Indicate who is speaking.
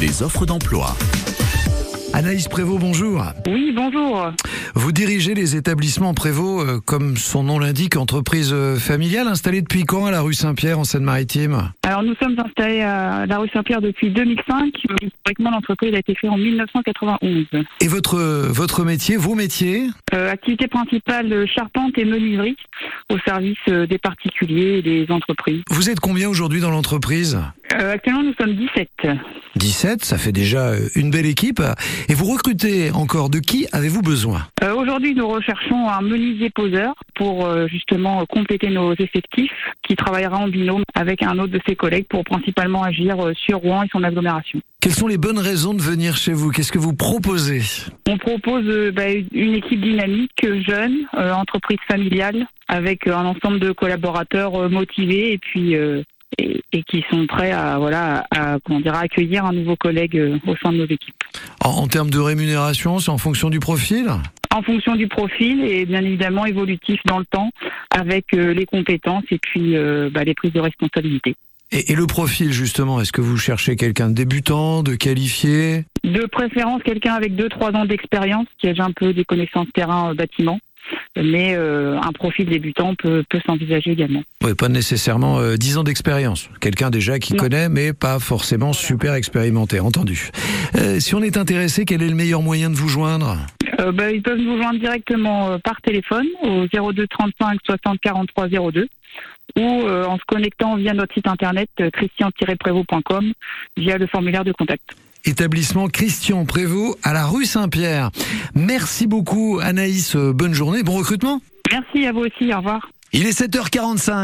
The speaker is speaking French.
Speaker 1: des offres d'emploi.
Speaker 2: Anaïs Prévost, bonjour.
Speaker 3: Oui, bonjour.
Speaker 2: Vous dirigez les établissements Prévost, euh, comme son nom l'indique, entreprise euh, familiale installée depuis quand à la rue Saint-Pierre en Seine-Maritime
Speaker 3: Alors nous sommes installés à la rue Saint-Pierre depuis 2005. mais Euh, Historiquement, l'entreprise a été créée en 1991.
Speaker 2: Et votre, euh, votre métier, vos métiers
Speaker 3: Euh, activité principale euh, charpente et menuiserie au service euh, des particuliers et des entreprises.
Speaker 2: Vous êtes combien aujourd'hui dans l'entreprise
Speaker 3: Euh, actuellement, nous sommes 17.
Speaker 2: 17, ça fait déjà euh, une belle équipe. Et vous recrutez encore de qui avez-vous besoin
Speaker 3: Euh, Aujourd'hui, nous recherchons un menuisier poseur pour euh, justement euh, compléter nos effectifs qui travaillera en binôme avec un autre de ses collègues pour principalement agir euh, sur Rouen et son agglomération.
Speaker 2: Quelles sont les bonnes raisons de venir chez vous Qu'est-ce que vous proposez
Speaker 3: On propose euh, bah, une équipe dynamique, euh, jeune, euh, entreprise familiale, avec euh, un ensemble de collaborateurs euh, motivés et puis euh, et, et qui sont prêts à voilà à, à, comment dire, à accueillir un nouveau collègue euh, au sein de nos équipes.
Speaker 2: en, en termes de rémunération, c'est en fonction du profil
Speaker 3: En fonction du profil et bien évidemment évolutif dans le temps, avec euh, les compétences et puis euh, bah, les prises de responsabilité.
Speaker 2: et, et le profil, justement, est-ce que vous cherchez quelqu'un de débutant, de qualifié
Speaker 3: De préférence, quelqu'un avec 2-3 ans d'expérience qui a déjà un peu des connaissances terrain euh, bâtiment, mais euh, un profil débutant peut, peut s'envisager également.
Speaker 2: Oui, pas nécessairement euh, 10 ans d'expérience. Quelqu'un déjà qui
Speaker 3: Non.
Speaker 2: connaît, mais pas forcément super expérimenté, entendu. Euh, si on est intéressé, quel est le meilleur moyen de vous joindre
Speaker 3: Euh, bah, ils peuvent nous joindre directement euh, par téléphone au 02 35 60 43 02 ou euh, en se connectant via notre site internet euh, christian-prévost.com via le formulaire de contact.
Speaker 2: Établissement Christian Prévost à la rue Saint-Pierre. Merci beaucoup Anaïs, Euh, bonne journée, bon recrutement.
Speaker 3: Merci à vous aussi, au revoir.
Speaker 2: Il est 7h45.